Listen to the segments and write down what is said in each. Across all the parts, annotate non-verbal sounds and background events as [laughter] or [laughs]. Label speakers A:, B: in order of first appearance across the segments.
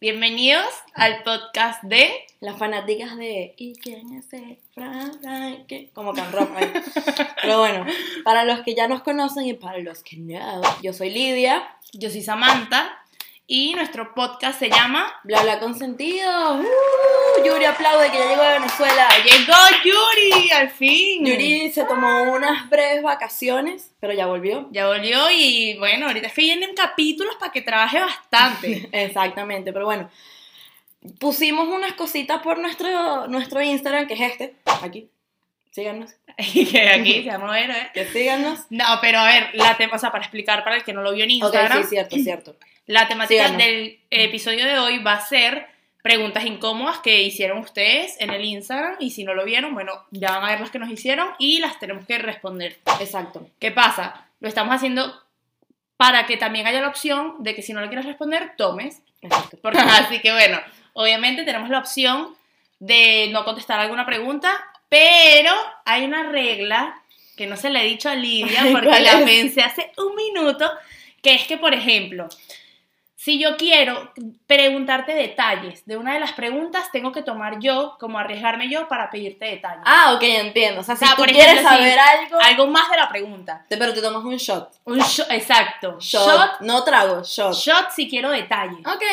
A: Bienvenidos al podcast de
B: Las fanáticas de ¿Y quién es el Fran Fran? ¿Qué? Como Can Rock ahí. Pero bueno, para los que ya nos conocen y para los que no, yo soy Lidia,
A: Yo soy Samantha y nuestro podcast se llama
B: bla bla consentido. ¡Uh! Yuri aplaude que ya llegó de Venezuela.
A: Llegó Yuri, al fin.
B: Yuri se tomó unas breves vacaciones, pero ya volvió. [laughs]
A: Ya volvió y bueno, ahorita es que vienen capítulos para que trabaje
B: [laughs]
A: bastante. [laughs]
B: Exactamente, pero bueno. Pusimos unas cositas por nuestro, nuestro Instagram, que es este, aquí. Síganos,
A: Y que aquí se va a mover, ¿eh?
B: que síganos.
A: No, pero a ver, la tema, o sea, para explicar para el que no lo vio en
B: Ok,
A: Instagram,
B: sí, cierto, cierto.
A: la temática
B: Síganos.
A: del episodio de hoy va a ser preguntas incómodas que hicieron ustedes en el Instagram y si no lo vieron, bueno, ya van a ver las que nos hicieron y las tenemos que responder.
B: Exacto.
A: ¿Qué pasa? Lo estamos haciendo para que también haya la opción de que si no le quieres responder, tomes.
B: exacto. [laughs]
A: Porque- así que bueno, obviamente tenemos la opción de no contestar alguna pregunta, pero hay una regla que no se le he dicho a Lidia
B: Ay,
A: porque
B: ¿cuál
A: la
B: es?
A: pensé hace un minuto, que es que, por ejemplo, si yo quiero preguntarte detalles de una de las preguntas, tengo que tomar yo, como arriesgarme yo para pedirte detalles.
B: Ah, ok, entiendo. O sea, si
A: O sea,
B: tú
A: por
B: quieres
A: ejemplo,
B: saber
A: sí.
B: algo,
A: Algo más de la pregunta.
B: te- pero te tomas un shot.
A: Un shot, exacto.
B: Shot.
A: shot
B: No trago, shot.
A: Shot si quiero detalle.
B: Ok.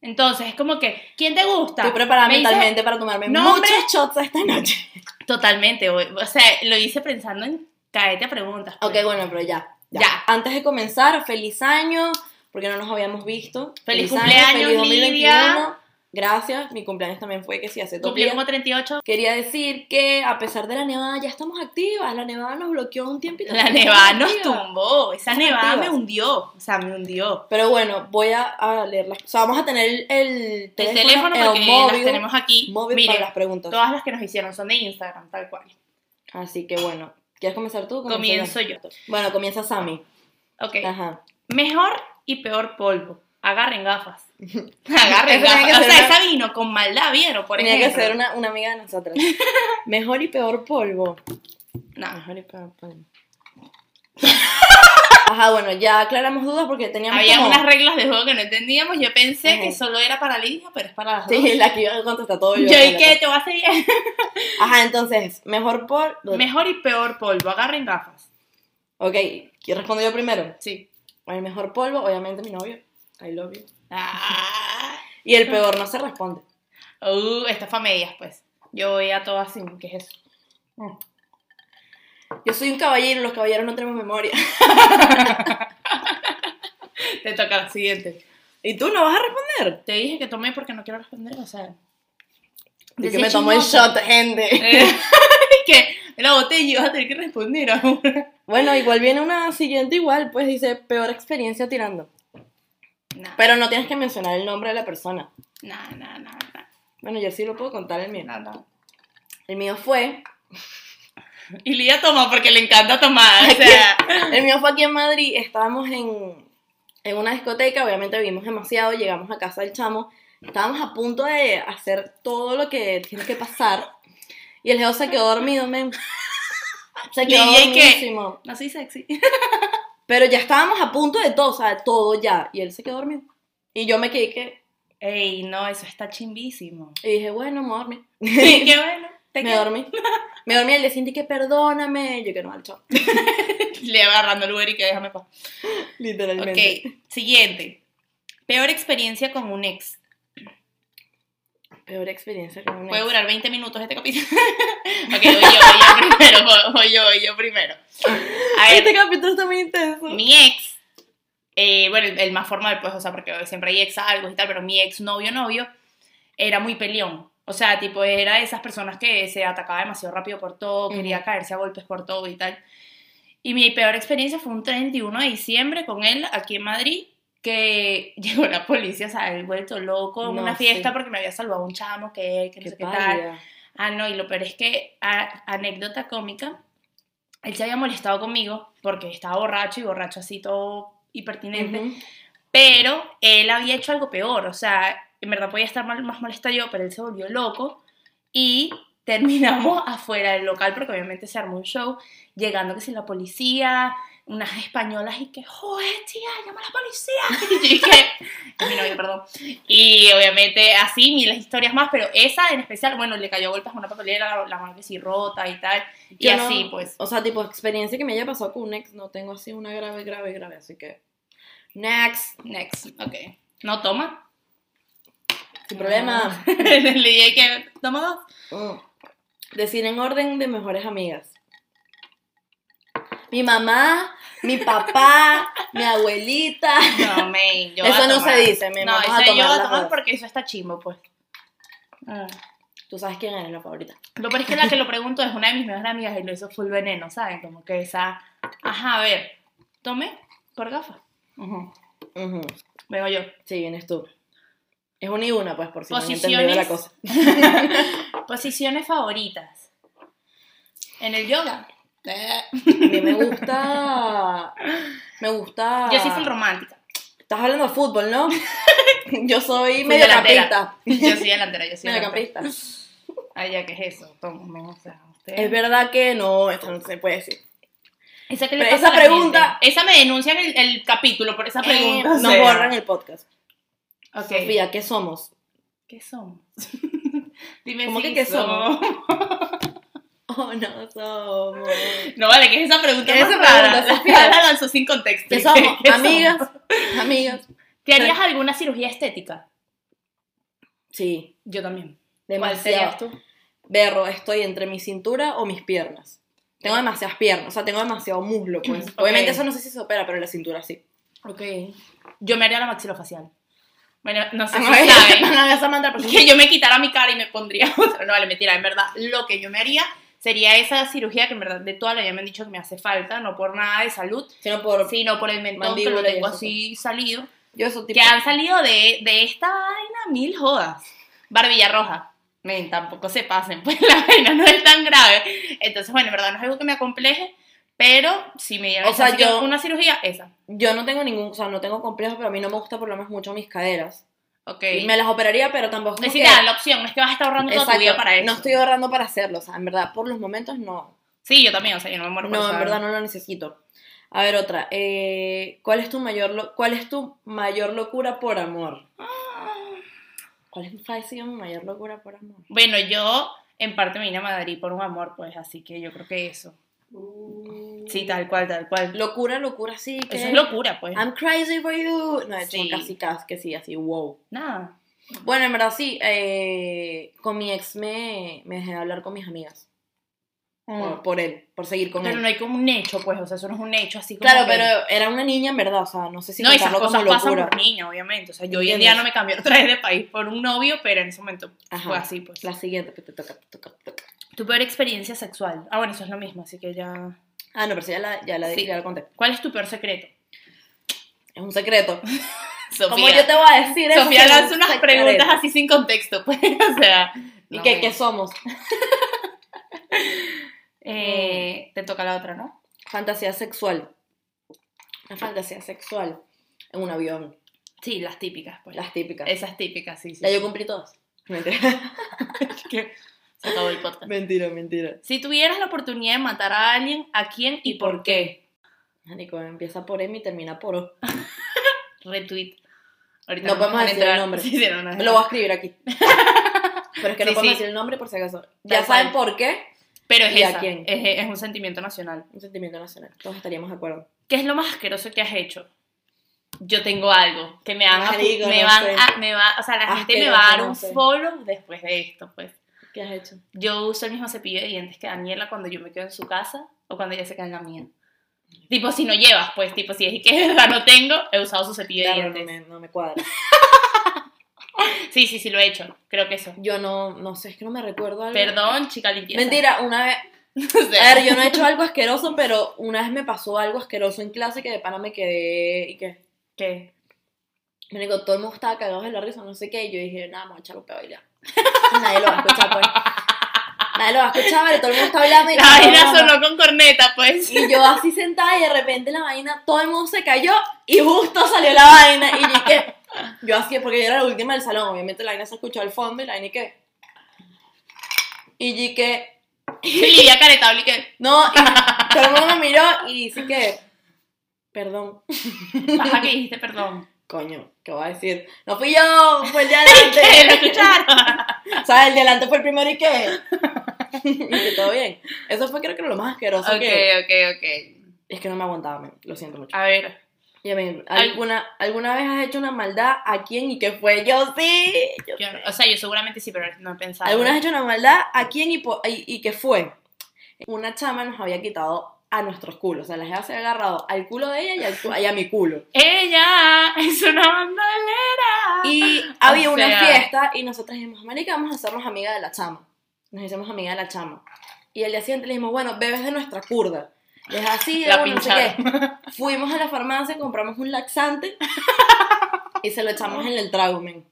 A: Entonces, es como que, ¿quién te gusta?
B: Estoy preparada
A: Me dice-
B: mentalmente para tomarme
A: nombre.
B: muchos shots esta
A: [laughs]
B: noche.
A: Totalmente, güey. o sea, lo hice pensando en caerte a preguntas.
B: Ok,
A: pues.
B: bueno, pero ya, ya.
A: Ya.
B: Antes de comenzar, feliz año, porque no nos habíamos visto.
A: Feliz cumpleaños, Lidia.
B: Gracias. Mi cumpleaños también fue que sí, hace dos
A: Cumplí
B: días.
A: como 38.
B: Quería decir que a pesar de la nevada ya estamos activas. La nevada nos bloqueó un tiempito.
A: La
B: [laughs]
A: nevada nos
B: Activas.
A: tumbó. Esa
B: Estamos
A: nevada
B: activas.
A: me hundió. O sea, me hundió.
B: Pero bueno, voy a, a leerlas. O sea, vamos a tener el
A: El teléfono, porque las tenemos aquí.
B: móvil
A: Miren,
B: para las preguntas.
A: todas las que nos hicieron son de Instagram, tal cual.
B: Así que bueno, ¿quieres comenzar tú? o
A: Comienzo yo.
B: Bueno, comienza Sammy.
A: Ok.
B: Ajá.
A: Mejor y peor polvo. Agarren
B: [laughs]
A: gafas. Agarren
B: Eso tenía que
A: gafas. O
B: ser
A: sea,
B: una-
A: esa vino con maldad, ¿vieron? Por
B: Tenía que
A: ejemplo.
B: ser una, una amiga de
A: [laughs]
B: nosotras. Mejor y peor polvo.
A: No,
B: Mejor y peor polvo. [laughs] Ajá, bueno, ya aclaramos dudas porque teníamos
A: Había
B: como...
A: unas reglas de juego que no entendíamos. Yo pensé
B: Ajá.
A: que solo era para la hija, pero es para las dos.
B: [laughs] Sí, la que iba a contestar todo
A: Yo
B: yo.
A: y que te voy a hacer [laughs] bien.
B: Ajá, entonces, mejor por...
A: Mejor y peor polvo. Agarren gafas.
B: Ok, ¿quién respondo yo primero?
A: Sí.
B: El mejor polvo, obviamente mi novio. I love you.
A: Ah.
B: Y el peor no se responde.
A: Uh, esta fue a medias, pues. Yo voy a todas sin. ¿Qué es eso? [laughs] Mm.
B: Yo soy un caballero, los caballeros no tenemos memoria. [laughs]
A: Te toca la siguiente.
B: ¿Y tú no vas a responder?
A: Te dije que tomé porque no quiero responder, o [laughs] sea.
B: Y que
A: Decía
B: me tomó el
A: chismosa.
B: shot, gente.
A: Eh, [laughs] que la botella vas a tener que responder ahora.
B: [laughs] Bueno, igual viene una siguiente igual, pues dice peor experiencia tirando.
A: No,
B: Pero no tienes que mencionar el nombre de la persona.
A: no, no, no, no,
B: Bueno, yo sí lo puedo contar el mío.
A: no, no.
B: El mío fue.
A: Y Lidia toma porque le encanta tomar, o sea.
B: El mío fue aquí en Madrid. Estábamos en, en una discoteca, obviamente vivimos demasiado. Llegamos a casa del chamo. Estábamos a punto de hacer todo lo que tiene que pasar. Y el geo se quedó dormido, [laughs] men. Se quedó
A: Lidia, ¿y qué?
B: dormidísimo.
A: No soy sexy.
B: Pero ya estábamos a punto de todo, o sea, todo ya. Y él se quedó dormido. Y yo me quedé que-
A: Ey, no, eso está chimbísimo.
B: y dije, bueno, me dormí.
A: Sí, qué bueno. Te
B: me
A: quedo-
B: dormí. Me dormí, él le sentí que perdóname. Yo que no, al chao.
A: [laughs] Le agarrando el Uber y que déjame pa. Ok,
B: Literalmente.
A: siguiente. Peor experiencia con un ex.
B: Peor experiencia que una
A: Puede durar 20 minutos este capítulo. [laughs] ok, voy yo, voy yo primero. voy- Voy yo, voy yo primero. A ver,
B: Este capítulo está muy intenso.
A: mi ex, eh, bueno, el, el más formal, pues, o sea, porque siempre hay ex algo y tal, pero mi ex novio, novio, era muy peleón. O sea, tipo, era de esas personas que se atacaba demasiado rápido por todo,
B: Ujú.
A: quería caerse a golpes por todo y tal. Y mi peor experiencia fue un 31 de diciembre con él aquí en Madrid, que [laughs] llegó la policía, o sea, él vuelto loco en
B: No,
A: una fiesta
B: sí.
A: porque me había salvado un chamo que, que no
B: Qué
A: sé qué tal.
B: pálida.
A: Ah, no, y lo peor es que, a- anécdota cómica, él se había molestado conmigo porque estaba borracho y borracho así todo hipertinente,
B: Ujú.
A: pero él había hecho algo peor, o sea, en verdad podía estar mal- más molesta yo, pero él se volvió loco y terminamos [laughs] afuera del local porque obviamente se armó un show, llegando que si la policía, unas españolas y que, joder, tía, llama a la
B: [laughs]
A: policía. [laughs] Y yo dije, "Es mi novio, perdón. Y obviamente así, miles de historias más, pero esa en especial, bueno, le cayó golpes a una papelera, la, la mano que sí rota y tal. Y
B: Yo no-
A: así, pues.
B: O sea, tipo, experiencia que me haya pasado con un ex, no tengo así una grave, grave, grave, así que. Next,
A: Next, ok. No toma.
B: sin problema.
A: [laughs] le dije que, toma dos.
B: Mm. Decir en orden de mejores amigas. Mi mamá, mi papá, mi abuelita.
A: No, men, yo
B: Eso
A: voy a
B: no
A: tomar.
B: se dice, men,
A: No,
B: vamos
A: eso
B: a tomar
A: yo voy a
B: las
A: tomar
B: dos.
A: porque eso está chimbo, pues. Ah.
B: Tú sabes quién eres la favorita.
A: Lo peor es que la que lo pregunto es una de mis mejores amigas y lo hizo full veneno, ¿saben? Como que esa. Ajá, a ver. Tomé por gafas. Ujú.
B: Ujú.
A: Vengo yo.
B: Sí, vienes tú. Es una y una, pues, por si no han entendido
A: Posiciones.
B: la cosa.
A: Posiciones favoritas. En el yoga. Eh.
B: A mí me gusta. Me gusta.
A: Yo sí soy romántica.
B: Estás hablando de fútbol,
A: [laughs]
B: ¿no? Yo soy
A: Fui delantera.
B: mediocampista.
A: Yo soy delantera,
B: [laughs]
A: yo soy delantera.
B: Mediocampista.
A: Ay, ya, ¿qué es eso? Tomo, no, o sea, ustedes-
B: Es verdad que no, esto no se puede decir.
A: Esa, que le
B: Pero
A: pasa a
B: esa
A: la
B: pregunta- Eh,
A: gente. Esa me denuncian el, el capítulo por esa pregunta.
B: Nos borran el podcast.
A: Ah, Ok.
B: Sofía, ¿qué somos? [laughs]
A: ¿Qué somos? [laughs] Dime
B: ¿Cómo
A: si
B: que qué somos? Oh, no somos.
A: No vale, ¿qué es esa pregunta?
B: ¿Qué es
A: más
B: esa pregunta,
A: rara?
B: Sofía?
A: [laughs] La cara lanzó sin contexto.
B: ¿Qué somos?
A: [laughs] ¿Qué
B: Amigas.
A: somos?
B: Amigas.
A: ¿Te harías alguna cirugía estética?
B: Sí,
A: Yo también. ¿Cuál serías
B: demasiado.
A: tú?
B: Berro, estoy entre mi cintura o mis piernas. Tengo demasiadas piernas, o sea, tengo demasiado muslo, pues.
A: Ok.
B: Obviamente eso no sé si se opera, pero la cintura sí.
A: Ok. Yo me haría la maxilofacial. Bueno, no sé si
B: Van a ver-
A: saben. [laughs]
B: van a ver Samantha, pero-
A: que yo me quitara mi cara y me pondría [laughs] otra. No vale, mentira, en verdad. Lo que yo me haría sería esa cirugía que en verdad de toda la vida me han dicho que me hace falta, no por nada de salud,
B: Sino por...
A: sino por el mentón que lo
B: Mandíbula y
A: tengo
B: eso, pues.
A: así salido.
B: Yo eso tipo...
A: Que han salido de, de esta vaina mil jodas. Barbilla roja. Men, tampoco se pasen, [laughs] pues la vaina no es tan grave. Entonces, bueno, en verdad no es algo que me acompleje, pero si me dieran
B: O sea,
A: esa ciru-
B: yo-
A: una cirugía, esa.
B: Yo no tengo ningún, o sea, no tengo complejo, pero a mí no me gusta por lo menos mucho mis caderas.
A: Ok.
B: Y Me las operaría, pero
A: es
B: tampoco como
A: decir,
B: que-
A: te dan la opción, no es que vas a estar ahorrando toda tu
B: Exacto,
A: vida para eso.
B: No estoy ahorrando para hacerlo, o sea, en verdad, por los momentos no.
A: Sí, yo también, o sea, yo no me muero por
B: No,
A: esa
B: en verdad no lo necesito. A ver, otra. eh, ¿cuál, es tu mayor lo- ¿Cuál es tu mayor locura por amor?
A: Ah.
B: ¿Cuál es ha sido mi mayor locura por amor?
A: Bueno, yo en parte me vine a Madrid por un amor, pues, así que yo creo que eso. Sí, tal cual, tal cual.
B: Locura, locura, sí. Que...
A: Uh. Eso es locura, pues.
B: I'm crazy for you. No, de hecho,
A: Sí.
B: casi, casi que sí, así, wow.
A: Nada.
B: Bueno, en verdad sí, eh, con mi ex me, me dejé de hablar con mis amigas. Por, por él, por seguir con
A: Mm. Pero
B: él.
A: no hay como un hecho, pues, o sea, eso no es un hecho así como
B: claro,
A: que-
B: pero era una niña en verdad, o sea, no sé si
A: no, esas
B: contarlo
A: cosas
B: como
A: pasan
B: locura.
A: por niña, obviamente. O sea, yo hoy en día
B: ¿Entiendes?
A: no me [laughs] cambié otra vez de país por un novio, pero en ese momento
B: Ajá.
A: fue así, pues.
B: La siguiente, pues, te toca, te toca, te toca.
A: Tu peor experiencia sexual. Ah, bueno, eso es lo mismo, así que ya.
B: Ah, no, pero sí, ya la, ya la,
A: Sí.
B: ya la conté.
A: ¿Cuál es tu peor secreto?
B: Es un secreto.
A: Sofía.
B: Como yo te voy a decir eso.
A: Sofía
B: si es
A: lanza
B: un
A: unas
B: secreto?
A: preguntas así sin contexto, pues. [laughs] O sea.
B: ¿Y
A: no,
B: qué,
A: bueno.
B: qué somos?
A: Eh, Te toca la otra, ¿no?
B: Fantasía sexual. Una fantasía sexual. En un avión.
A: Sí, las típicas, pues.
B: Las típicas.
A: Esas típicas, sí. sí.
B: Ya yo cumplí
A: [laughs]
B: todas. Mentira.
A: Se acabó el
B: [laughs]
A: podcast.
B: mentira, mentira.
A: Si tuvieras la oportunidad de matar a alguien, ¿a quién y por qué?
B: Marico, empieza por M y termina por O.
A: Retweet. Ahorita
B: No podemos
A: van a
B: decir el
A: entrar.
B: nombre.
A: [laughs] Sí, sí, no, no, no.
B: Lo voy a
A: [laughs]
B: escribir aquí. Pero es que no
A: Sí,
B: podemos
A: sí.
B: decir el nombre por si acaso. Ya
A: cual.
B: saben por qué.
A: Pero es
B: ¿Y a
A: esa,
B: quién?
A: Es, es un sentimiento nacional.
B: Un sentimiento nacional. Todos estaríamos de acuerdo.
A: ¿Qué es lo más asqueroso que has hecho? Yo tengo algo que me van a...
B: Marico,
A: me
B: no
A: van
B: sé.
A: a- me va, o sea, la gente me
B: Asqueroso,
A: va a dar
B: no
A: un
B: sé.
A: follow después de esto, pues.
B: ¿Qué has hecho?
A: Yo uso el mismo cepillo de dientes que Daniela cuando yo me quedo en su casa o cuando ella se queda en la mía. Tipo, si no llevas, pues, tipo, si es que [laughs] de verdad no tengo, he usado su cepillo de
B: Claro, no
A: dientes.
B: me, no me cuadra.
A: Sí, sí, sí, lo he hecho. Creo que eso.
B: Yo no, no sé, es que no me recuerdo algo.
A: Perdón, chica limpieza.
B: Mentira, una vez.
A: [laughs] O sea,
B: A ver, yo no he hecho algo asqueroso, pero una vez me pasó algo asqueroso en clase que de pana me quedé y que.
A: ¿Qué?
B: Me digo, todo el mundo estaba cagado de la risa, no sé qué. Y yo dije, nada, vamos a echar un pedo [laughs] y ya. Nadie lo va a escuchar, pues. Nadie lo va a escuchar, vale, todo el mundo está hablando y
A: La
B: no,
A: vaina
B: no, no.
A: sonó con corneta, pues.
B: [laughs] Y yo así sentada y de repente la vaina, todo el mundo se cayó y justo salió la vaina. Y yo que yo así, porque yo era la última del salón, obviamente la vaina se escuchó al fondo y la vaina y que. Y yo que,
A: Y Lidia caretable y que,
B: no, y todo el mundo me miró y sí que, perdón,
A: baja que dijiste perdón.
B: coño, ¿qué voy a decir? No fui yo, fue el de [laughs]
A: [laughs] ¿Qué? ¿Lo
B: adelante.
A: escucharon?
B: o sea, el de adelante fue el primero y que, [laughs] y que todo bien. Eso fue creo que lo más asqueroso que...
A: ok, Ah, ok.
B: Es que no me aguantaba, men, lo siento mucho.
A: A ver,
B: Y a ver, ¿alguna, ¿alguna vez has hecho una maldad a quién y qué fue? Yo sí. yo
A: yo-
B: sí.
A: o sea, yo seguramente sí, pero no he pensado.
B: ¿Alguna vez has hecho una maldad a quién y, po- y, y qué fue? Una chama nos había quitado a nuestros culos. O sea, la jeva se había agarrado al culo de ella y, al cu- y a mi culo.
A: Ella es una bandolera.
B: Y
A: [laughs]
B: había
A: O
B: una
A: sea-
B: fiesta y nosotras dijimos, marica, vamos a hacernos amiga de la chama. Nos hicimos amiga de la chama. Y al día siguiente le dijimos, bueno, bebes de nuestra curda. Y es así,
A: La
B: bueno, no sé
A: pincharon. [laughs]
B: qué. Fuimos a la farmacia, compramos un laxante y se lo echamos en el trago, men.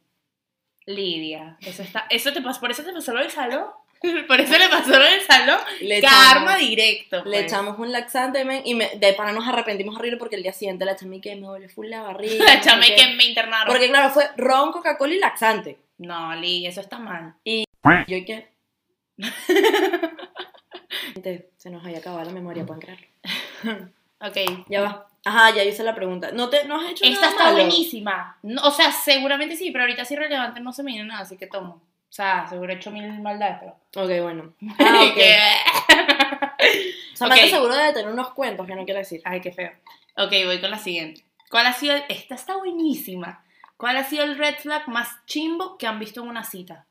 A: Lidia, eso está, eso te pasó, por eso te pasó lo del salón. [laughs] Por eso le pasó lo del salón.
B: Le
A: Karma
B: echamos-
A: directo.
B: Le
A: pues.
B: echamos un laxante, men, y me- de pana nos arrepentimos horrible porque el día siguiente la chamé que me duele full la barriga.
A: La
B: no sé
A: chama y
B: qué.
A: que me internaron.
B: Porque claro, fue ron, Coca-Cola y laxante.
A: No, Lidia, eso está mal.
B: Yo ¿y qué. Gente, se nos había acabado la memoria, pueden creerlo.
A: Ok.
B: Ya va. Ajá, ya hice la pregunta. ¿No, te, no has hecho
A: Esta
B: nada
A: está
B: malo?
A: buenísima. No, o sea, seguramente sí, pero ahorita es irrelevante, no se me viene nada, así que tomo. O sea, seguro he hecho mil maldades, pero. [laughs]
B: Ok, bueno. Ah, ok. Samantha
A: Ok.
B: seguro debe tener unos cuentos que no quiero decir.
A: Ay, qué feo. Ok, voy con la siguiente. ¿Cuál ha sido el... Esta está buenísima. ¿Cuál ha sido el red flag más chimbo que han visto en una cita?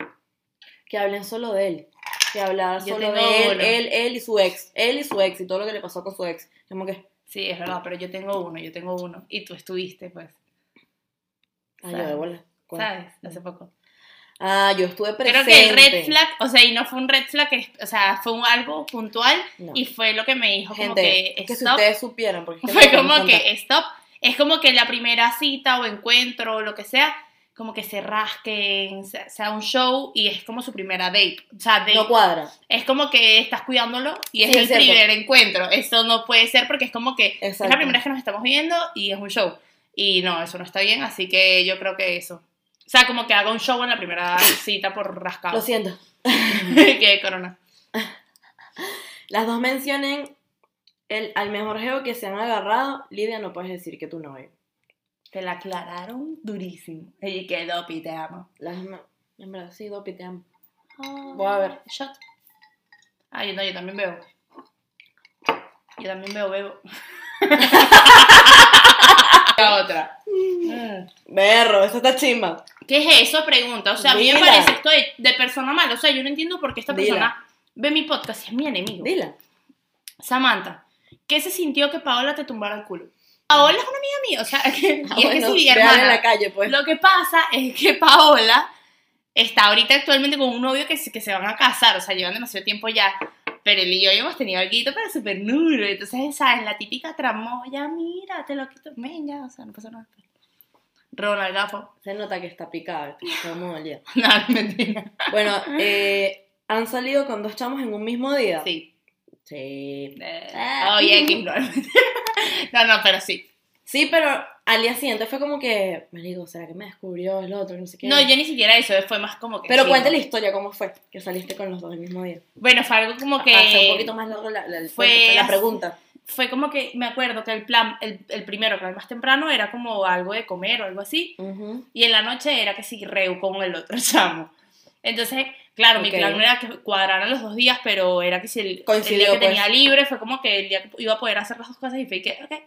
B: Que hablen solo de él. Que hablar
A: Yo
B: solo
A: tengo
B: de él,
A: uno.
B: él, él y su ex. Él y su ex y todo lo que le pasó con su ex. Como que,
A: Sí, es verdad, pero yo tengo uno, yo tengo uno. Y tú estuviste, pues,
B: ay,
A: ¿Sabes?
B: yo de bola. ¿Cuál?
A: ¿sabes? Hace poco.
B: Ah, yo estuve presente.
A: Creo que el red flag, o sea, y no fue un red flag, es- o sea, fue un algo puntual
B: No.
A: y fue lo que me dijo como
B: Gente,
A: que
B: es que si
A: stop. [laughs]
B: ustedes supieran, porque es que
A: Fue
B: no podemos
A: como que
B: contar.
A: stop. Es como que la primera cita o encuentro o lo que sea, como que se rasquen, se- sea un show y es como su primera date. O sea, date.
B: no cuadra.
A: es como que estás cuidándolo y es
B: Sí,
A: el
B: es cierto.
A: primer encuentro. Eso no puede ser porque es como que es
B: Exacto.
A: la primera vez que nos estamos viendo y es un show. Y no, eso no está bien, así que yo creo que eso. O sea, como que haga un show en la
B: [coughs]
A: primera cita por
B: Lo
A: rascado.
B: siento.
A: [laughs] que corona.
B: Las dos mencionen el, al mejor geo que se han agarrado. Lidia, no ¿eh? puedes decir que tu novio.
A: Te la aclararon durísimo. Y que Dopi te amo.
B: Las, ma- en verdad, sí, Dopi, te amo. Voy a ver.
A: Shot. Ah, yo, no, yo también veo. Yo también veo, bebo. La otra. Mm.
B: Berro, esa está chimba.
A: ¿Qué es eso? Pregunta. O sea, a mí me
B: Dila.
A: parece esto de, de persona mala. O sea, yo no entiendo por qué esta
B: Dila.
A: persona ve mi podcast y es mi enemigo.
B: Dila.
A: Samantha, ¿qué se sintió que Paola te tumbara el culo? Paola es una amiga mía. O sea, [laughs] que,
B: Ah,
A: y es
B: bueno,
A: que sí,
B: véala en
A: hermana.
B: la calle, pues.
A: Lo que pasa es que Paola está ahorita actualmente con un novio que, se- que se van a casar, o sea, llevan demasiado tiempo ya. Pero él y yo hemos tenido algo, pero súper nulo. Entonces, ¿sabes? La típica tramoya, mira, te lo quito. Ven ya, o sea, no pasa nada. Ronald Gafo. [laughs]
B: Se nota que está picada. Está muy dolida.
A: No, mentira.
B: Bueno, eh, han salido con dos chamos en un mismo día.
A: Sí.
B: Sí.
A: Eh,
B: Ah.
A: Oye, X, no. [laughs] No, no, pero sí.
B: Sí, pero al día siguiente fue como que, me digo, ¿será que me descubrió el otro? No sé qué.
A: No, yo ni siquiera eso, fue más como que.
B: Pero
A: sí.
B: cuéntale la historia, ¿cómo fue que saliste con los dos el mismo día?
A: Bueno, fue algo como que.
B: Para hacer Ah, un poquito más largo la, la- el
A: fue
B: cuento, la
A: así.
B: pregunta.
A: fue como que me acuerdo que el plan, el, el primero, que era el más temprano, era como algo de comer o algo así. Y en la noche era que sí, reu con el otro [laughs] chamo. Entonces, claro,
B: Ok.
A: mi plan no era que cuadraran los dos días, pero era que si el,
B: Coincidió,
A: el día que
B: pues.
A: tenía libre fue como que el día que iba a poder hacer las dos cosas y fue que, ok.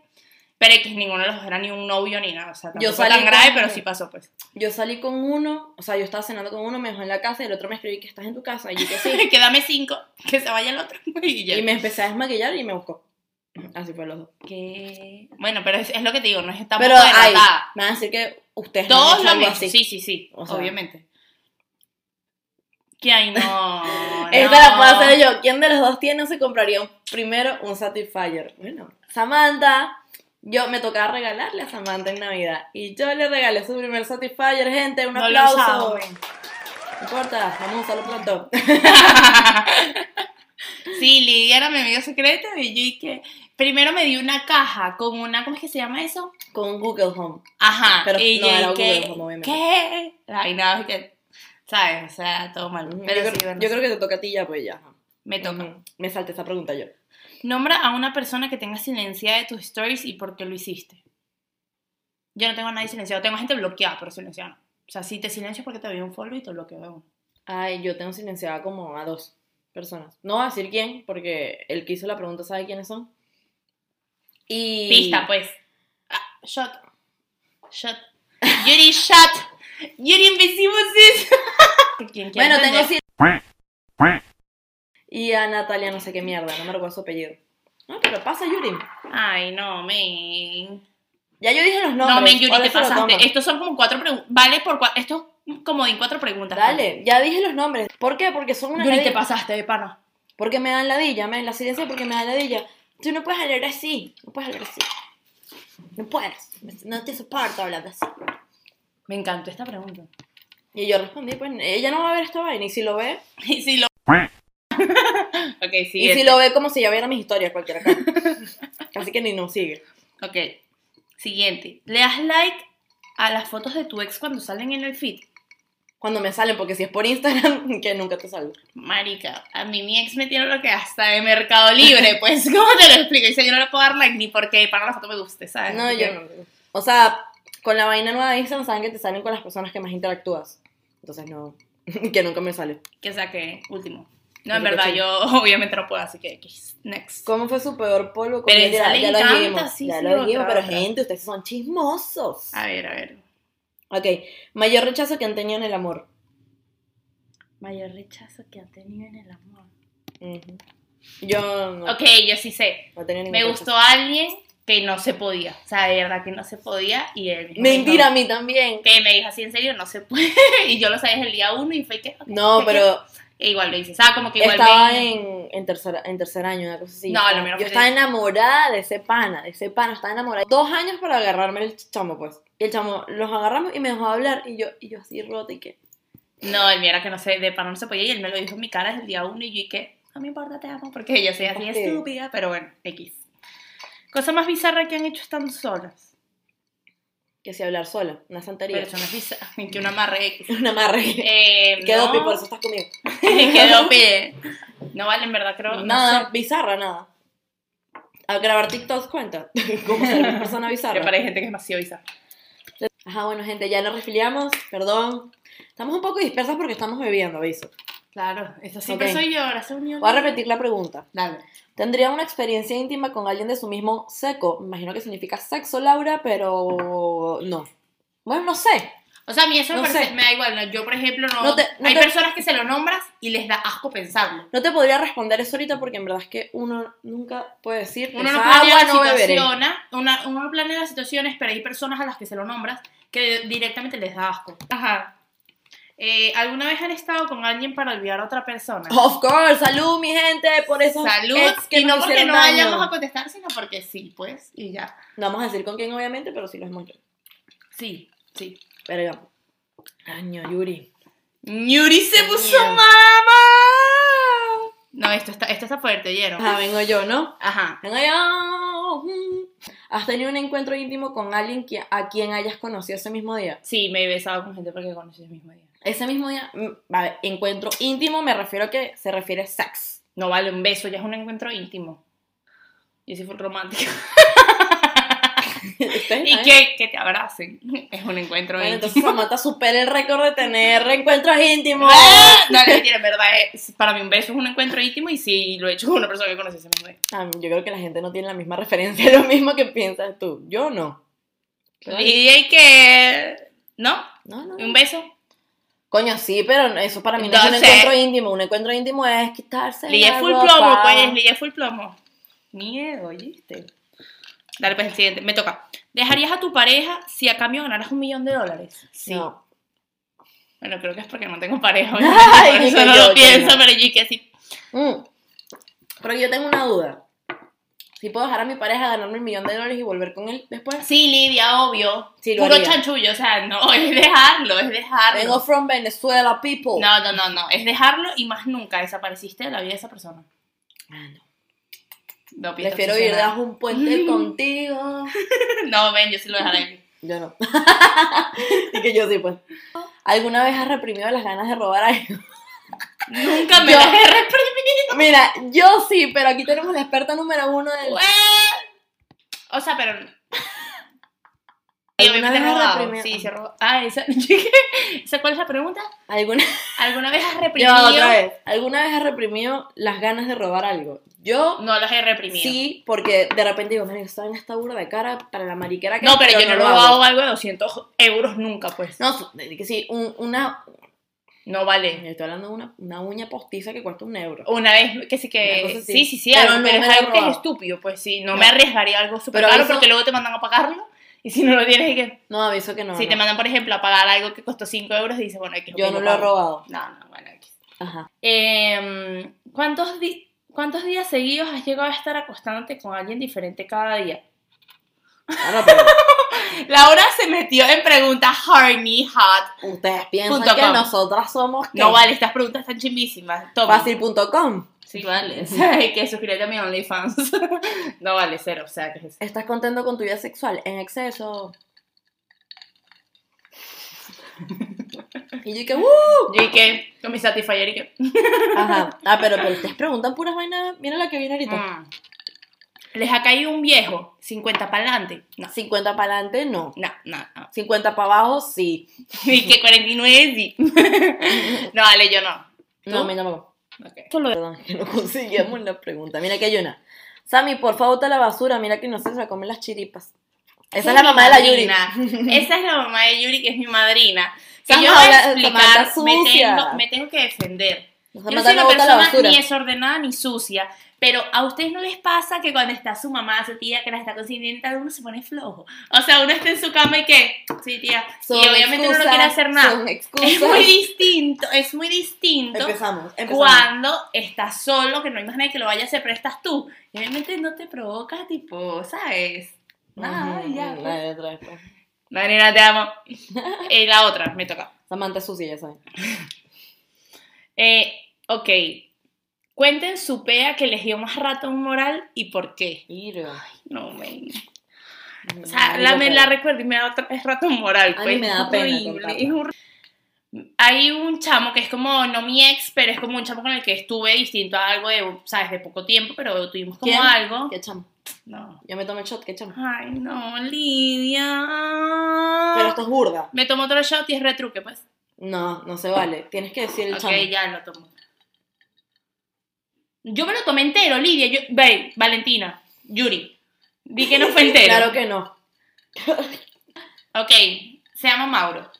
A: Pero X, ninguno de los dos era ni un novio ni nada. O sea,
B: Yo
A: tampoco fue tan
B: salí
A: grave,
B: con-
A: pero sí pasó, pues.
B: Yo salí con uno, o sea, yo estaba cenando con uno, me dejó en la casa y el otro me escribí que estás en tu casa y yo que sí.
A: que dame cinco, que se vaya el otro. [laughs] Y [laughs] ya.
B: y me empecé a desmaquillar y me buscó. Así fue los dos.
A: Que- Bueno, pero es, es lo que te digo, no es tan
B: Pero
A: Pero
B: ay, me van a decir que ustedes no han
A: Todos
B: hecho
A: lo
B: algo
A: mismo.
B: así.
A: Sí, sí, sí.
B: O sea.
A: obviamente. Que ay,
B: [laughs]
A: no. no.
B: Esta la puedo hacer yo. ¿Quién de los dos tiene se compraría un- primero un Satisfyer? Bueno, Samantha. Yo me tocaba regalarle a Samantha en Navidad. Y yo le regalé su primer Satisfyer, gente. Un
A: No lo
B: aplauso.
A: usaba.
B: No importa, vamos a usarlo pronto. [laughs]
A: Sí, Lidia era mi amiga secreta y yo y que primero me di una caja con una, ¿cómo es que se llama eso?
B: Con Google Home.
A: Ajá.
B: Pero
A: y
B: no
A: yo
B: era
A: y
B: Google
A: que,
B: Home, obviamente.
A: ¿qué? Ay, nada, es que ¿Sabes? O sea, todo mal.
B: Ujú.
A: Pero
B: yo,
A: sí,
B: creo,
A: bueno,
B: yo creo que te toca a ti ya, pues ya. ajá.
A: me toca.
B: Ujú. Me salté esa pregunta yo.
A: Nombra a una persona que tenga silenciada de tus stories y por qué lo hiciste. Yo no tengo a nadie silenciado. Tengo gente bloqueada, pero silenciada no. O sea, si te silencio es porque te doy un follow y te bloqueo de uno.
B: Ay, yo tengo silenciada como a dos personas. No voy a decir quién, porque el que hizo la pregunta sabe quiénes son. Y.
A: Pista, pues. Ah, shot. Shot. Yuri, shot. Yuri, invisible, sis. ¿Quién quiere
B: Bueno, tengo
A: entender?
B: sí. Y a Natalia, no sé qué mierda, no me recuerdo su apellido. No, pero pasa, Yuri.
A: Ay, no, men.
B: Ya yo dije los nombres.
A: No, men, Yuri,
B: ahora
A: te
B: se lo toman.
A: pasaste. Estos son como cuatro preguntas. Vale por cuatro. Esto es como en cuatro preguntas. pues.
B: Dale, ya dije los nombres. ¿Por qué? Porque son una.
A: Yuri, te
B: ladilla.
A: pasaste de pana.
B: Porque me dan ladilla, me dan la silencio porque me dan ladilla. Tú no puedes hablar así, no puedes hablar así. No puedes, no te soporto hablar así.
A: Me encantó esta pregunta.
B: Y yo respondí, pues ella no va a ver esta vaina. Y si lo ve,
A: [laughs] Y si lo. ok, sí.
B: y si lo ve como si ya viera mis historias, cualquiera cosa. [laughs] Así que ni nos sigue.
A: Ok. Siguiente. ¿Le das like a las fotos de tu ex cuando salen en el feed?
B: Cuando me salen, porque si es por Instagram, [laughs] que nunca te salgo.
A: Marica, a mí mi ex me tiene lo que hasta de Mercado Libre, [laughs] pues, ¿cómo te lo explico? Dice, yo no le puedo dar like ni porque para la foto me guste, ¿sabes?
B: No,
A: Así
B: yo
A: que-
B: no. O sea, con la vaina nueva de Instagram saben que te salen con las personas que más interactúas. Entonces no, [laughs] que nunca me sale.
A: Que saqué último. No, en
B: Marica,
A: verdad,
B: chimbo.
A: yo [laughs] obviamente no puedo, así que X. Next.
B: ¿Cómo fue su peor polvo?
A: Pero
B: Comienza-
A: esa le
B: ya lo
A: encanta,
B: dijimos,
A: sí,
B: ya
A: sí,
B: lo dijimos,
A: otra,
B: pero
A: otra. Ah.
B: gente, ustedes son chismosos.
A: A ver, a ver.
B: Ok, mayor rechazo que han tenido en el amor.
A: Mayor rechazo que ha tenido en el amor.
B: Ujú. Yo no,
A: Ok, yo sí sé.
B: no he tenido
A: Me
B: ningún
A: gustó alguien que no se podía. O sea, de verdad que no se podía y él.
B: rechazo. Mentira, a mí también.
A: que me dijo así en serio, no se puede. [laughs] Y yo lo sabía desde el día uno y fue que. ok,
B: No,
A: ok.
B: pero
A: E igual lo hice. O sea, como que igual.
B: estaba
A: me-
B: en, en, tercer, en tercer año, una cosa así.
A: No, lo menos fue-
B: Yo estaba enamorada de ese pana, de ese pana, estaba enamorada. Dos años para agarrarme el chamo, pues. Y el chamo, los agarramos y me dejó hablar. Y yo, y yo así rota y que.
A: No, él mira que no sé, de pana no se podía. Y él me lo dijo en mi cara desde el día uno y yo y que. No me importa, te amo. Porque yo soy así
B: Ok.
A: estúpida, pero bueno, X. Cosa más bizarra que han hecho estando solas.
B: Que si hablar sola, una santería. [laughs]
A: Pero eso no es bizarra. [laughs] Que una amarre X.
B: Una amarre.
A: Eh,
B: Quedó
A: no.
B: pi,
A: [laughs]
B: por eso estás conmigo.
A: Quedó pie. No vale, en verdad creo.
B: nada,
A: No
B: bizarra, nada. A grabar TikToks cuenta. [laughs] ¿Cómo ser una persona
A: sé,
B: bizarra?
A: [laughs] que para gente que es demasiado bizarra.
B: Ajá, bueno, gente, ya nos resfriamos, perdón. Estamos un poco dispersas porque estamos bebiendo, aviso.
A: Claro, eso siempre
B: Ok.
A: soy yo, ahora soy yo.
B: Voy a repetir la pregunta.
A: Dale.
B: ¿Tendría una experiencia íntima con alguien de su mismo seco? Me imagino que significa sexo, Laura, pero no. Bueno, no sé.
A: O sea, a mí eso me,
B: No
A: parece-
B: sé.
A: me da igual. ¿no? Yo, por ejemplo, no.
B: No te- no
A: hay
B: te-
A: personas que se lo nombras y les da asco pensarlo.
B: No te podría responder eso ahorita porque en verdad es que uno nunca puede decir,
A: Uno no
B: "Esa
A: planea
B: agua no
A: las
B: beberé".
A: situaciones, una- uno no planea las situaciones, pero hay personas a las que se lo nombras que directamente les da asco. Ajá. Eh, ¿Alguna vez han estado con alguien para olvidar a otra persona?
B: Of course, salud, mi gente, Oh, por eso.
A: Salud,
B: que
A: y no
B: nos
A: porque
B: hicieron
A: no
B: daño.
A: vayamos a contestar, sino porque sí, pues, y ya.
B: No vamos a decir con quién, obviamente, pero sí lo hemos hecho.
A: Sí, sí.
B: Verga. Año, Yuri.
A: Yuri se puso
B: Mierda.
A: mamá. No, esto está, esto está fuerte, ¿oyeron?
B: Ajá, vengo yo, ¿no?
A: Ajá.
B: Vengo yo. Mm. ¿Has tenido un encuentro íntimo con alguien que, a quien hayas conocido ese mismo día?
A: Sí, me he besado con gente porque conocí el mismo día.
B: Ese mismo día, mm, a ver, encuentro íntimo me refiero a que se refiere a sex. [laughs]
A: No vale un beso, ya es un encuentro íntimo. Yo sí fui
B: [laughs]
A: romántica.
B: ¿Ustedes
A: Y
B: saben?
A: que, que te abracen. Es un encuentro
B: Bueno, entonces
A: íntimo.
B: Samantha supera el récord de tener
A: [laughs]
B: reencuentros íntimos.
A: No, no, mentira, en verdad, es- para mí un beso es un encuentro íntimo y sí, lo he hecho con una persona que conocí ese mismo día.
B: Ah, yo creo que la gente no tiene la misma referencia, [laughs] lo mismo que piensas tú. Yo no. Pero-
A: Y hay que... ¿No?
B: no, no.
A: ¿Un beso?
B: Coño, sí, pero eso para mí no es
A: Entonces-
B: un encuentro íntimo. Un encuentro íntimo es quitarse.
A: Lille
B: la
A: full
B: ropa.
A: plomo, pues, lille full plomo. Miedo, ¿oíste? Dale, pues, el siguiente. Me toca. ¿Dejarías a tu pareja si a cambio ganaras un millón de dólares? Sí.
B: No.
A: Bueno, creo que es porque no tengo pareja.
B: [laughs] Ay,
A: obviamente, por eso
B: dije
A: no
B: yo,
A: lo
B: yo
A: pienso,
B: no.
A: pero yo que así.
B: Mm. Pero yo tengo una duda. Si puedo dejar a mi pareja ganarme el millón de dólares y volver con él después.
A: Sí, Lidia, obvio.
B: Sí, lo
A: Puro
B: haría.
A: chanchullo, o sea, no, [laughs] es dejarlo, es dejarlo.
B: Vengo from Venezuela, people.
A: No, no, no, no, es dejarlo y más nunca desapareciste de la vida de esa persona.
B: Ah, no.
A: No, pienso
B: Prefiero
A: que
B: ir
A: [laughs] será.
B: debajo un puente
A: Mm.
B: contigo. [laughs]
A: No, ven, yo sí lo dejaré. [laughs]
B: Yo no. y que yo sí, pues. ¿Alguna vez has reprimido las ganas de robar algo? [laughs]
A: Nunca me
B: Yo-
A: las he reprimido.
B: Mira, yo sí, pero aquí tenemos la experta número uno del.
A: O sea,
B: [laughs]
A: pero. Sí,
B: ¿Alguna
A: obviamente
B: vez
A: he
B: has
A: robado.
B: reprimido-
A: Sí, sí, he robado. Ah, esa. [laughs] ¿Esa cuál es la pregunta?
B: ¿Alguna...
A: ¿Alguna vez has
B: Yo,
A: reprimido?
B: otra vez. ¿Alguna vez has reprimido las ganas de robar algo? Yo
A: No las he reprimido.
B: sí, porque de repente digo, mira, esta vaina está burda de cara para la mariquera que
A: No,
B: es,
A: pero yo no he
B: lo hago".
A: robado algo de 200 euros nunca, pues.
B: No, su- que sí, un- una.
A: No vale.
B: Estoy hablando de una, una uña postiza que cuesta un euro.
A: Una vez que sí
B: Una
A: que.
B: cosa así.
A: Sí, sí, sí.
B: Pero
A: algo,
B: no
A: Pero,
B: me
A: es
B: lo he
A: algo que es
B: robado.
A: estúpico, pues sí. No,
B: No.
A: me arriesgaría algo súper
B: Pero
A: caro
B: eso-
A: porque luego te mandan a pagarlo. Y si no lo tienes, es que.
B: No, aviso que no.
A: si
B: no.
A: te mandan, por ejemplo, a pagar algo que costó 5 euros, dices, bueno, hay que.
B: Yo no lo he robado.
A: No, no, bueno, X. [laughs]
B: Ajá.
A: Em, ¿cuántos, di- ¿Cuántos días seguidos has llegado a estar acostándote con alguien diferente cada día?
B: Claro, pero
A: Laura se metió en preguntas horny, hot.
B: ustedes piensan
A: Punto
B: que
A: com.
B: nosotras somos que
A: No vale, estas preguntas están chimbísimas. Toma.
B: fácil.com.
A: Sí, vale. [laughs] O sea, hay que suscríbete a mi OnlyFans. [laughs] no vale, cero. O sea, que es eso?
B: ¿Estás contento con tu vida sexual
A: [laughs]
B: en exceso? y yo que, ¡uh!
A: Yo y que con mi Satisfyer y que.
B: Ajá. Ah, pero, pero ustedes preguntan puras vainas. Mira la que viene ahorita.
A: mm. ¿Les ha caído un viejo? 50 para adelante. No,
B: 50 para adelante, no.
A: no, no. no. [laughs]
B: 50 para abajo, sí.
A: Y que 49 sí. [laughs] no, vale, yo no.
B: No,
A: ¿Tú?
B: a mí tampoco.
A: Ok.
B: Perdón, [laughs] que no conseguíamos la pregunta. Mira que hay una. Sammy, por favor, bota la basura. Mira que no se la comen las chiripas. Esa es la
A: mi
B: mamá de la Yuri.
A: madrina. Esa es la mamá de Yuri, que es mi madrina. Que
B: Estamos
A: yo voy a
B: hablando de
A: explicar,
B: Samantha
A: me
B: sucia.
A: tengo, me tengo que defender. Yo no
B: Samantha
A: soy una
B: no bota la
A: persona
B: basura.
A: ni desordenada ni sucia, pero a ustedes no les pasa que cuando está su mamá, su tía, que la está consiguiendo, uno se pone flojo. O sea, uno está en su cama y que, sí, tía,
B: Son
A: y obviamente uno no
B: excusas,
A: quiere hacer nada.
B: Son
A: [laughs]
B: excusas.
A: Es muy distinto, es muy distinto
B: Empezamos, empezamos.
A: cuando estás solo, que no hay más nadie que lo vaya a hacer, pero estás tú. Y obviamente no te provoca, tipo, ¿sabes? Nada,
B: Ujú,
A: ya. pues.
B: dale, otra vez, pues.
A: Marina, te
B: [laughs]
A: amo. Eh, la otra, me toca.
B: Samantha es sucia, ya saben.
A: Eh, ok. Cuenten su pea que les dio más rato un moral y por qué. No, me. O sea, la, me la recuerdo y me da otra vez rato un moral.
B: A
A: pues,
B: mí me
A: es
B: da pena
A: horrible, es
B: contarla.
A: horri- Hay un chamo que es como, no mi ex, pero es como un chamo con el que estuve distinto a algo de, ¿sabes? De poco tiempo, pero tuvimos como
B: ¿Quién?
A: algo.
B: ¿Qué chamo?
A: No.
B: Yo me tomé el shot, ¿qué chamo?
A: Ay, no, Lidia.
B: Pero esto es burda.
A: Me tomo otro shot y es retruque, pues.
B: No, no se vale. Tienes que decir el
A: ok,
B: chamo.
A: ya lo tomo. Yo me lo tomé entero, Lidia. Yo, ve, Valentina, Yuri. Di que no
B: [laughs]
A: fue entero.
B: Claro que no.
A: Ok, se llama Mauro.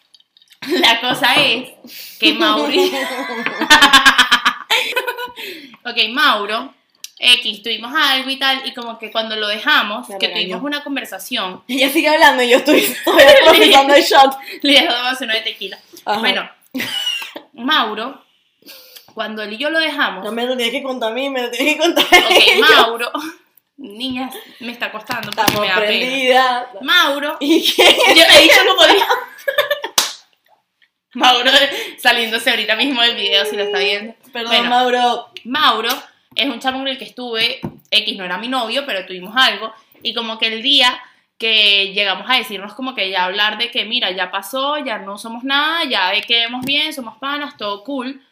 A: [laughs] La cosa es que Mauro.
B: [laughs]
A: ok, Mauro. X, tuvimos algo y tal, y como que cuando lo dejamos,
B: Me
A: que
B: regañó.
A: tuvimos una conversación, [laughs]
B: Ella sigue hablando y yo estoy [laughs] todavía procesando el shot.
A: le dejamos uno de tequila.
B: Ajá.
A: Bueno, Mauro, cuando él y yo lo dejamos,
B: No me lo tienes que contar a mí, me lo tienes que contar. a
A: Ok,
B: ella.
A: Mauro. [laughs] Niñas, me está costando porque
B: Estamos
A: me da pena.
B: prendida.
A: Mauro.
B: ¿Y este qué?
A: Yo he dicho como dijo. [laughs] Mauro saliéndose ahorita mismo del video si lo está viendo.
B: Perdón,
A: Bueno.
B: Mauro.
A: Mauro es un chamo con el que estuve, X no era mi novio, pero tuvimos algo. Y como que el día que llegamos a decirnos como que ya hablar de que mira, ya pasó, ya no somos nada, ya de que vemos bien, somos panas, todo cool.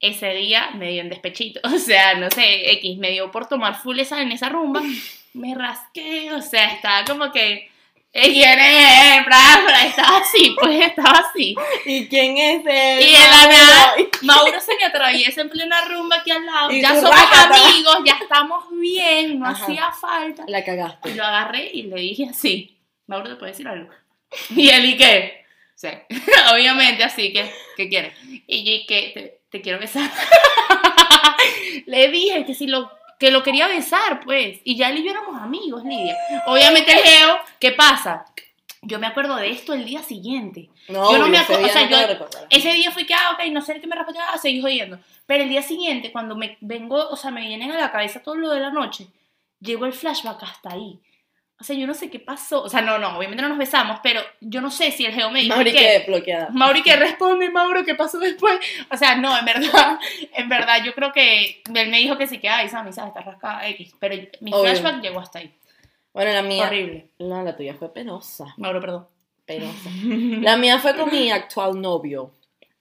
A: Ese día me dio en despechito, [laughs] o sea, no sé, X me dio por tomar full esa en esa rumba, me rasqué, o sea, estaba como que, "Eh, ¿quién es? [laughs] Bra, bra", Estaba así, pues estaba así.
B: ¿Y quién es él?
A: Y de la
B: Mauro.
A: nada, Mauro se me atraviesa en plena rumba aquí al lado.
B: Y
A: Ya
B: tú,
A: somos
B: rácata.
A: amigos, ya estamos bien, no
B: Ajá.
A: hacía falta.
B: La cagaste.
A: Y lo agarré y le dije así, Mauro, ¿te puedo decir algo? Y él, ¿y qué? Sí, [laughs] obviamente, así que, ¿qué quieres? Y yo, ¿y qué? Te, te quiero besar. [laughs] le dije que si lo que lo quería besar, pues. Y ya él y yo éramos amigos, Lidia. Obviamente, Leo, ¿qué pasa? Yo me acuerdo de esto el día siguiente.
B: No,
A: Yo no me
B: ese
A: acu- o
B: día
A: sea,
B: no te
A: yo-
B: lo recordarás.
A: Ese día fue que, ah, ok, no sé qué me respetaba, a seguir jodiendo. Pero el día siguiente, cuando me vengo, o sea, me vienen a la cabeza todo lo de la noche, llegó el flashback hasta ahí. O sea, yo no sé qué pasó. O sea, no, no, obviamente no nos besamos, pero yo no sé si el geo me dijo
B: Mauri
A: que...
B: que bloqueada.
A: Mauri que responde, Mauro, ¿qué pasó después? O sea, no, en verdad, [laughs] en verdad, yo creo que él me dijo que sí que, ay, Sammy, sabes, está rascada X, pero mi
B: Obvio.
A: flashback llegó hasta ahí.
B: Bueno, la mía.
A: Horrible.
B: No, la tuya fue penosa.
A: Mauro, perdón. [laughs]
B: Penosa. La mía fue con mi actual novio.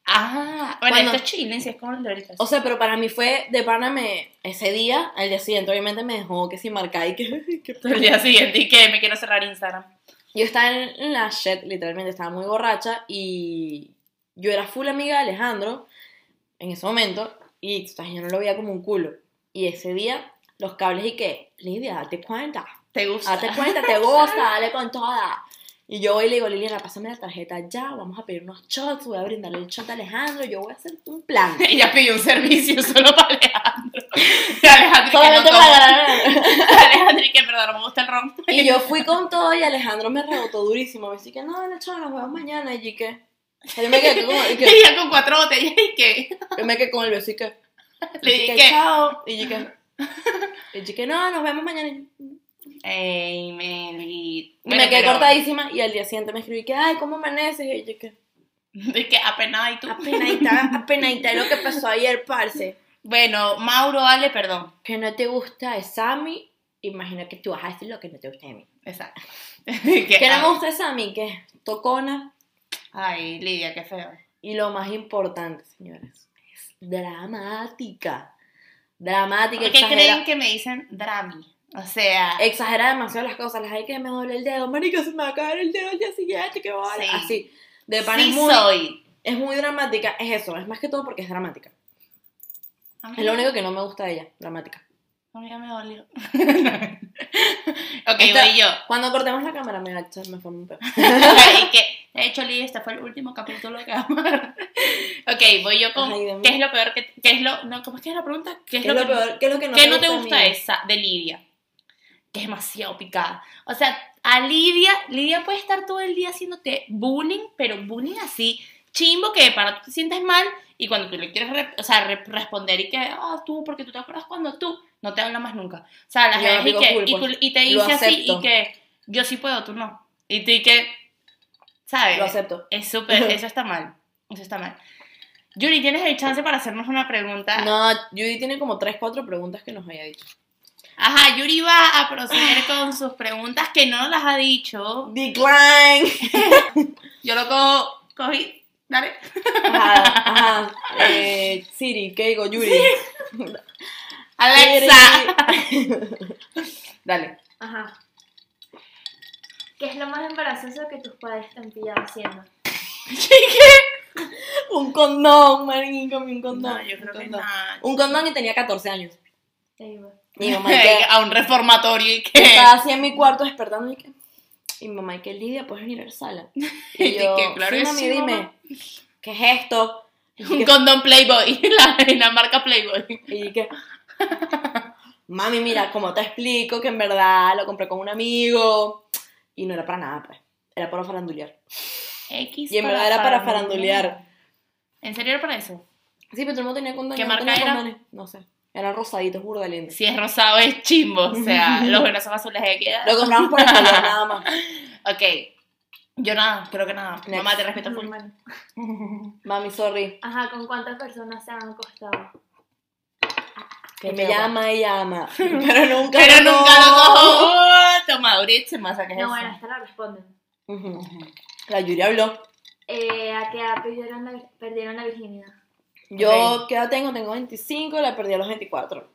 A: Ah, bueno,
B: Cuando-
A: esto es Chile, si es como el de ahorita.
B: O sea, pero para mí fue de pana me- ese día, al día siguiente obviamente me dejó que si marcaba y que, [laughs] que-
A: [laughs] el día siguiente y que me quiero cerrar Instagram.
B: Yo estaba en la shit, literalmente estaba muy borracha y yo era full amiga de Alejandro en ese momento y tú sabes, yo no lo veía como un culo. Y ese día los cables y que, Lidia, date cuenta,
A: ¿Te gusta?
B: date
A: [laughs]
B: cuenta, te gusta, dale con toda. Y yo voy y le digo, Liliana, pásame la tarjeta ya, vamos a pedir unos shots, voy a brindarle el shot a Alejandro, yo voy a hacer un plan.
A: [laughs] Ella pidió un servicio solo para Alejandro. Y Alejandro, y que no
B: Solamente para
A: toma.
B: ganar.
A: [laughs] Alejandro, y que perdón, no me gusta el ron.
B: Y yo fui con todo y Alejandro me rebotó durísimo. Me dice que no, no, chaval, nos vemos mañana. Y yo que. Yo me quedé como. y
A: Y [laughs]
B: que-
A: ella con cuatro botellas y que
B: yo me quedé con el beso y
A: [laughs]
B: que.
A: le
B: y que,
A: dije.
B: chao. Y yo que. Y yo que no, nos vemos mañana. Y
A: Ey, Meli.
B: me quedé cortadísima. Y al día siguiente me escribí que, ay, ¿cómo amaneces? Y yo que.
A: De que apenas y tú.
B: Ah. Apenadita, apenadita lo que pasó ayer, parce.
A: Bueno, Mauro, Ale, perdón.
B: Que no te gusta es Sammy. Imagino que tú vas a decir lo que no te gusta de mí.
A: Exacto. que,
B: [laughs] Que no me gusta de Sammy, que es tocona. ah.
A: Ay, Lidia, qué feo.
B: Y lo más importante, señores, es dramática. Dramática,
A: ¿Qué
B: exagera.
A: creen que me dicen drami? O
B: Eh,
A: sea,
B: Exagera demasiado las cosas. Las hay que me duele el dedo. Marico, se me va a caer el dedo al día siguiente. Que vale.
A: Sí.
B: Así. De pan
A: sí
B: es, muy,
A: soy.
B: es muy dramática. Es eso. Es más que todo porque es dramática. Es
A: Amiga,
B: lo único que no me gusta de ella. Dramática.
A: amiga, me dolió. [laughs] ok,
B: Esta-
A: voy yo.
B: Cuando cortemos la cámara me va a echar, me forma un peo.
A: [laughs] y que, de hecho, Lidia, este fue el último capítulo que vamos a grabar. Ok, voy yo con.
B: Ay, Dios mío.
A: ¿Qué es lo peor que.? ¿Qué es lo.? No, ¿Cómo es que es la pregunta? ¿Qué es
B: ¿Qué
A: lo, que,
B: peor? ¿Qué es lo que no,
A: ¿Qué no te gusta
B: de mí?
A: esa de Lidia? Que es demasiado picada. O sea, a Lidia, Lidia puede estar todo el día haciéndote bullying, pero bullying así, chimbo, que para tú te sientes mal y cuando tú le quieres re- o sea, re- responder y que, ah, tú, porque tú te acuerdas cuando tú, no te habla más nunca. O sea, la
B: Yo
A: gente
B: digo,
A: y, que-
B: cool,
A: y tú-
B: pues,
A: y te
B: lo
A: dice así
B: acepto.
A: y que yo sí puedo, tú no. Y tú y que,
B: Lo
A: ¿sabes?
B: acepto.
A: Es
B: [laughs]
A: súper, eso está mal. Eso está mal. Yuri, ¿tienes el chance para hacernos una pregunta?
B: No, Judy tiene como 3, 4 preguntas que nos haya dicho.
A: Ajá, Yuri va a
B: Ah.
A: proceder con sus preguntas que no las ha dicho.
B: Decline.
A: Yo lo co- cogí. Dale.
B: Ajá, ajá. Eh, Siri, ¿qué digo? Yuri.
A: Alexa.
B: Dale.
C: Ajá. ¿Qué es lo más embarazoso que tus padres te han pillado haciendo?
B: Un condón, marico, un condón.
A: No, yo creo
B: un
A: que
B: condón.
A: nada.
B: Un condón y tenía 14 años.
C: Te digo.
A: [laughs]
B: Mi mamá y que
A: A un reformatorio y
B: yo
A: que.
B: estaba así en mi cuarto despertando y que... Y mi mamá y que Lidia, ¿puedes venir a la sala? Y
A: [laughs] Y
B: yo,
A: que, claro
B: sí,
A: que
B: mami,
A: sí,
B: dime,
A: mamá.
B: ¿qué es esto? Y
A: [laughs] Un
B: que-
A: condón Playboy. [laughs] La, la marca Playboy.
B: Y que, [laughs] mami, mira, como te explico que en verdad lo compré con un amigo y no era para nada, pues. Era para farandulear.
A: X.
B: Y en verdad era para farandulear.
A: ¿En serio era para eso?
B: Sí, pero tú no tenías condones.
A: ¿Qué
B: no
A: marca
B: tenía
A: era?
B: condones. No sé. Eran rosaditos, burda lindos.
A: Si es rosado es chimbo. O
B: [laughs]
A: sea, los buenos son azules de que.
B: Lo compramos por
A: [laughs]
B: el color, nada más.
A: Ok. Yo nada, creo que nada.
B: Next.
A: Mamá, te respeto full.
C: Normal.
B: Mami, sorry.
A: Ah,
C: Ajá, ¿con cuántas personas se han acostado?
B: Que
A: Qué
B: me
A: miedo.
B: llama y llama. Pero
A: [laughs]
B: nunca
A: Pero
B: lo
A: nunca lo
B: cojo.
A: cojo. Toma, ahorita se me saca
C: No, bueno, esta la responden.
B: Ujú. La Yuri habló.
C: Eh, ¿A qué edad perdieron la, perdieron la virginidad?
B: Yo,
A: Ok.
B: ¿qué edad tengo? Tengo 25, la perdí a los 24.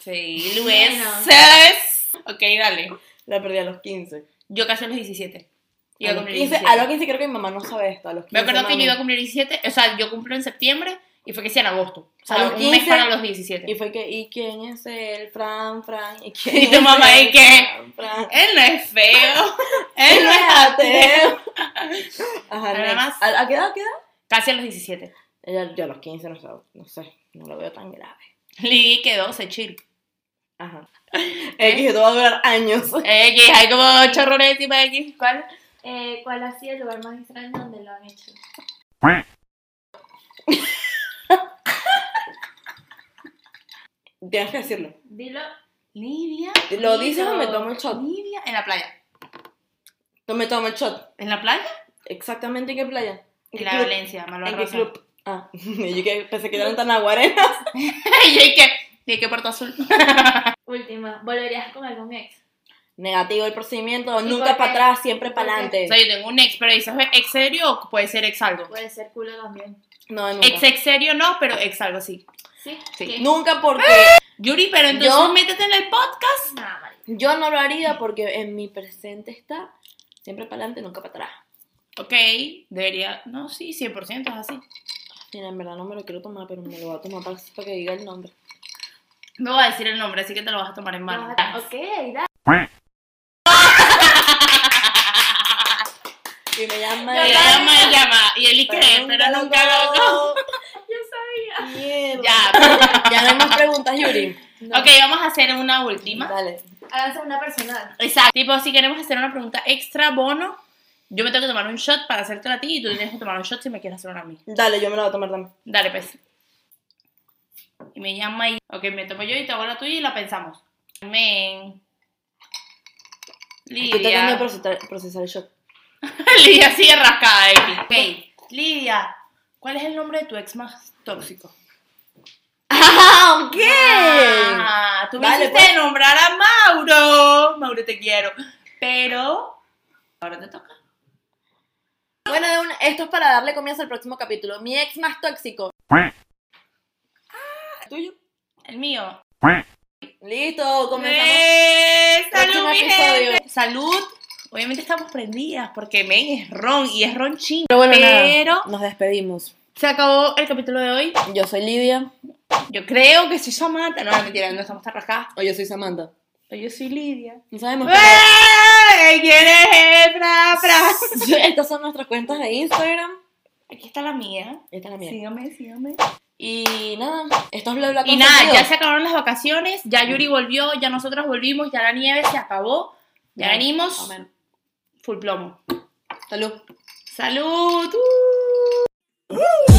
A: Sí,
C: Bueno.
A: Lueses. Ok, dale.
B: La perdí a los 15.
A: Yo casi a los 17. Iba
B: A
A: a
B: los
A: cumplir
B: 15,
A: 17.
B: a los 15 creo que mi mamá no sabe esto. A los 15,
A: Me acuerdo que yo
B: mami.
A: iba a cumplir 17. O sea, yo cumplo en septiembre y fue que sí en agosto. O sea,
B: A los
A: un mes
B: 15
A: para los 17.
B: Y fue que, ¿y quién es el Fran, Fran? ¿Y quién
A: Y tu
B: es
A: mamá,
B: el
A: ¿y qué?
B: Fran, Fran?
A: Él no es
B: [laughs]
A: feo. Él no es ateo.
B: ateo. Ajá,
A: Nada
B: next.
A: más.
B: ¿A, a qué edad, a qué edad?
A: Casi a los 17.
B: Ella- yo a los 15 no sé, no sé, no lo veo tan grave.
A: Lili quedó, se chill.
B: Ajá. X, esto va a durar años. [laughs]
A: X, hay como ocho roles encima de X. ¿Cuál?
C: Eh, ¿Cuál ha sido el lugar más extraño donde lo han hecho?
B: Tienes que decirlo.
C: Dilo.
A: Livia.
B: ¿Lo dices o me tomo el shot?
A: Livia. En la playa.
B: No me tomo el shot.
A: ¿En la playa?
B: ¿Exactamente en qué playa? ¿En
A: En
B: qué
A: la
B: club?
A: Valencia, Malva
B: ¿En qué
A: Rosa. [laughs]
B: club? Ah, [laughs] yo que pensé que eran tan aguarenas.
A: y yo, ¿y qué? ¿Y qué Puerto Azul?
C: Última. ¿Volverías con algún ex?
B: [laughs] negativo el procedimiento,
C: Sí,
B: nunca para
C: porque-
B: atrás, siempre
C: porque-
B: para adelante.
A: O sea, yo tengo un ex, pero dices ex serio o puede ser ex algo.
C: Puede ser culo también.
B: No, nunca.
A: Ex ex serio no, pero ex algo sí.
C: Sí,
B: Sí,
C: ¿Qué?
B: Nunca porque
A: Yuri, pero entonces
B: Yo-
A: métete en el podcast.
C: Nada, vale.
B: yo no lo haría porque en mi presente está siempre para adelante, nunca para atrás.
A: Ok, debería. No, sí, 100% es así.
B: Mira, en verdad no me lo quiero tomar, pero me lo voy a tomar para, para que diga el nombre.
A: No voy a decir el nombre, así que te lo vas a tomar en mano.
C: Vas a- Ok, da.
B: Y me llama
A: Y ella me llama y él y que, pero nunca lo hago.
C: Yo sabía.
B: Mierda.
A: Ya.
B: Ya no hay más preguntas, Yuri.
C: No.
A: Ok, vamos a hacer una última.
B: Dale.
C: Háganse una personal.
A: Exacto. Tipo, si queremos hacer una pregunta extra bono, yo me tengo que tomar un shot para hacértela a ti y tú tienes que tomar un shot si me quieres hacer una a mí.
B: Dale, yo me la voy a tomar también.
A: Dale, pues. Y me llama y. Ok, me tomo yo y te hago la tuya y la pensamos. Men.
B: Estoy tratando de
A: Lidia.
B: procesar, procesar el shock.
A: [laughs] Lidia sigue rascada, X. Ok. Lidia, ¿cuál es el nombre de tu ex más [laughs] tóxico?
B: ¡Ah, ok!
A: Ah, tú me
B: Vale,
A: hiciste
B: pues.
A: nombrar a Mauro. Mauro, te quiero. Pero. Ahora te toca.
B: Bueno, de una- esto es para darle comienzo al próximo capítulo. Mi ex más tóxico. Ah, ¿Tuyo?
A: El mío.
B: Listo, comenzamos.
A: Eh,
B: Próximo
A: salud, mi
B: episodio.
A: gente. Salud. Obviamente estamos prendidas porque men es ron y es ron chino.
B: Pero bueno,
A: Pero-
B: nada, nos despedimos.
A: Se acabó el capítulo de hoy.
B: Yo soy Lidia.
A: Yo creo que soy Samantha. No, mentira, no estamos tan rascadas.
B: O yo soy Samantha.
A: Pero yo soy Lidia.
B: No sabemos. [laughs]
A: ¡Eh! ¿Quién es el pra, pra?
B: pero- Estas son nuestras cuentas de Instagram.
A: Aquí está la mía.
B: Esta es la mía.
A: Sígame, sígame.
B: Y nada, esto es bla bla
A: Y nada, ya se acabaron las vacaciones, ya Yuri volvió, ya nosotras volvimos, ya la nieve se acabó, ya venimos full plomo.
B: Salud.
A: ¡Salud! ¡Uh!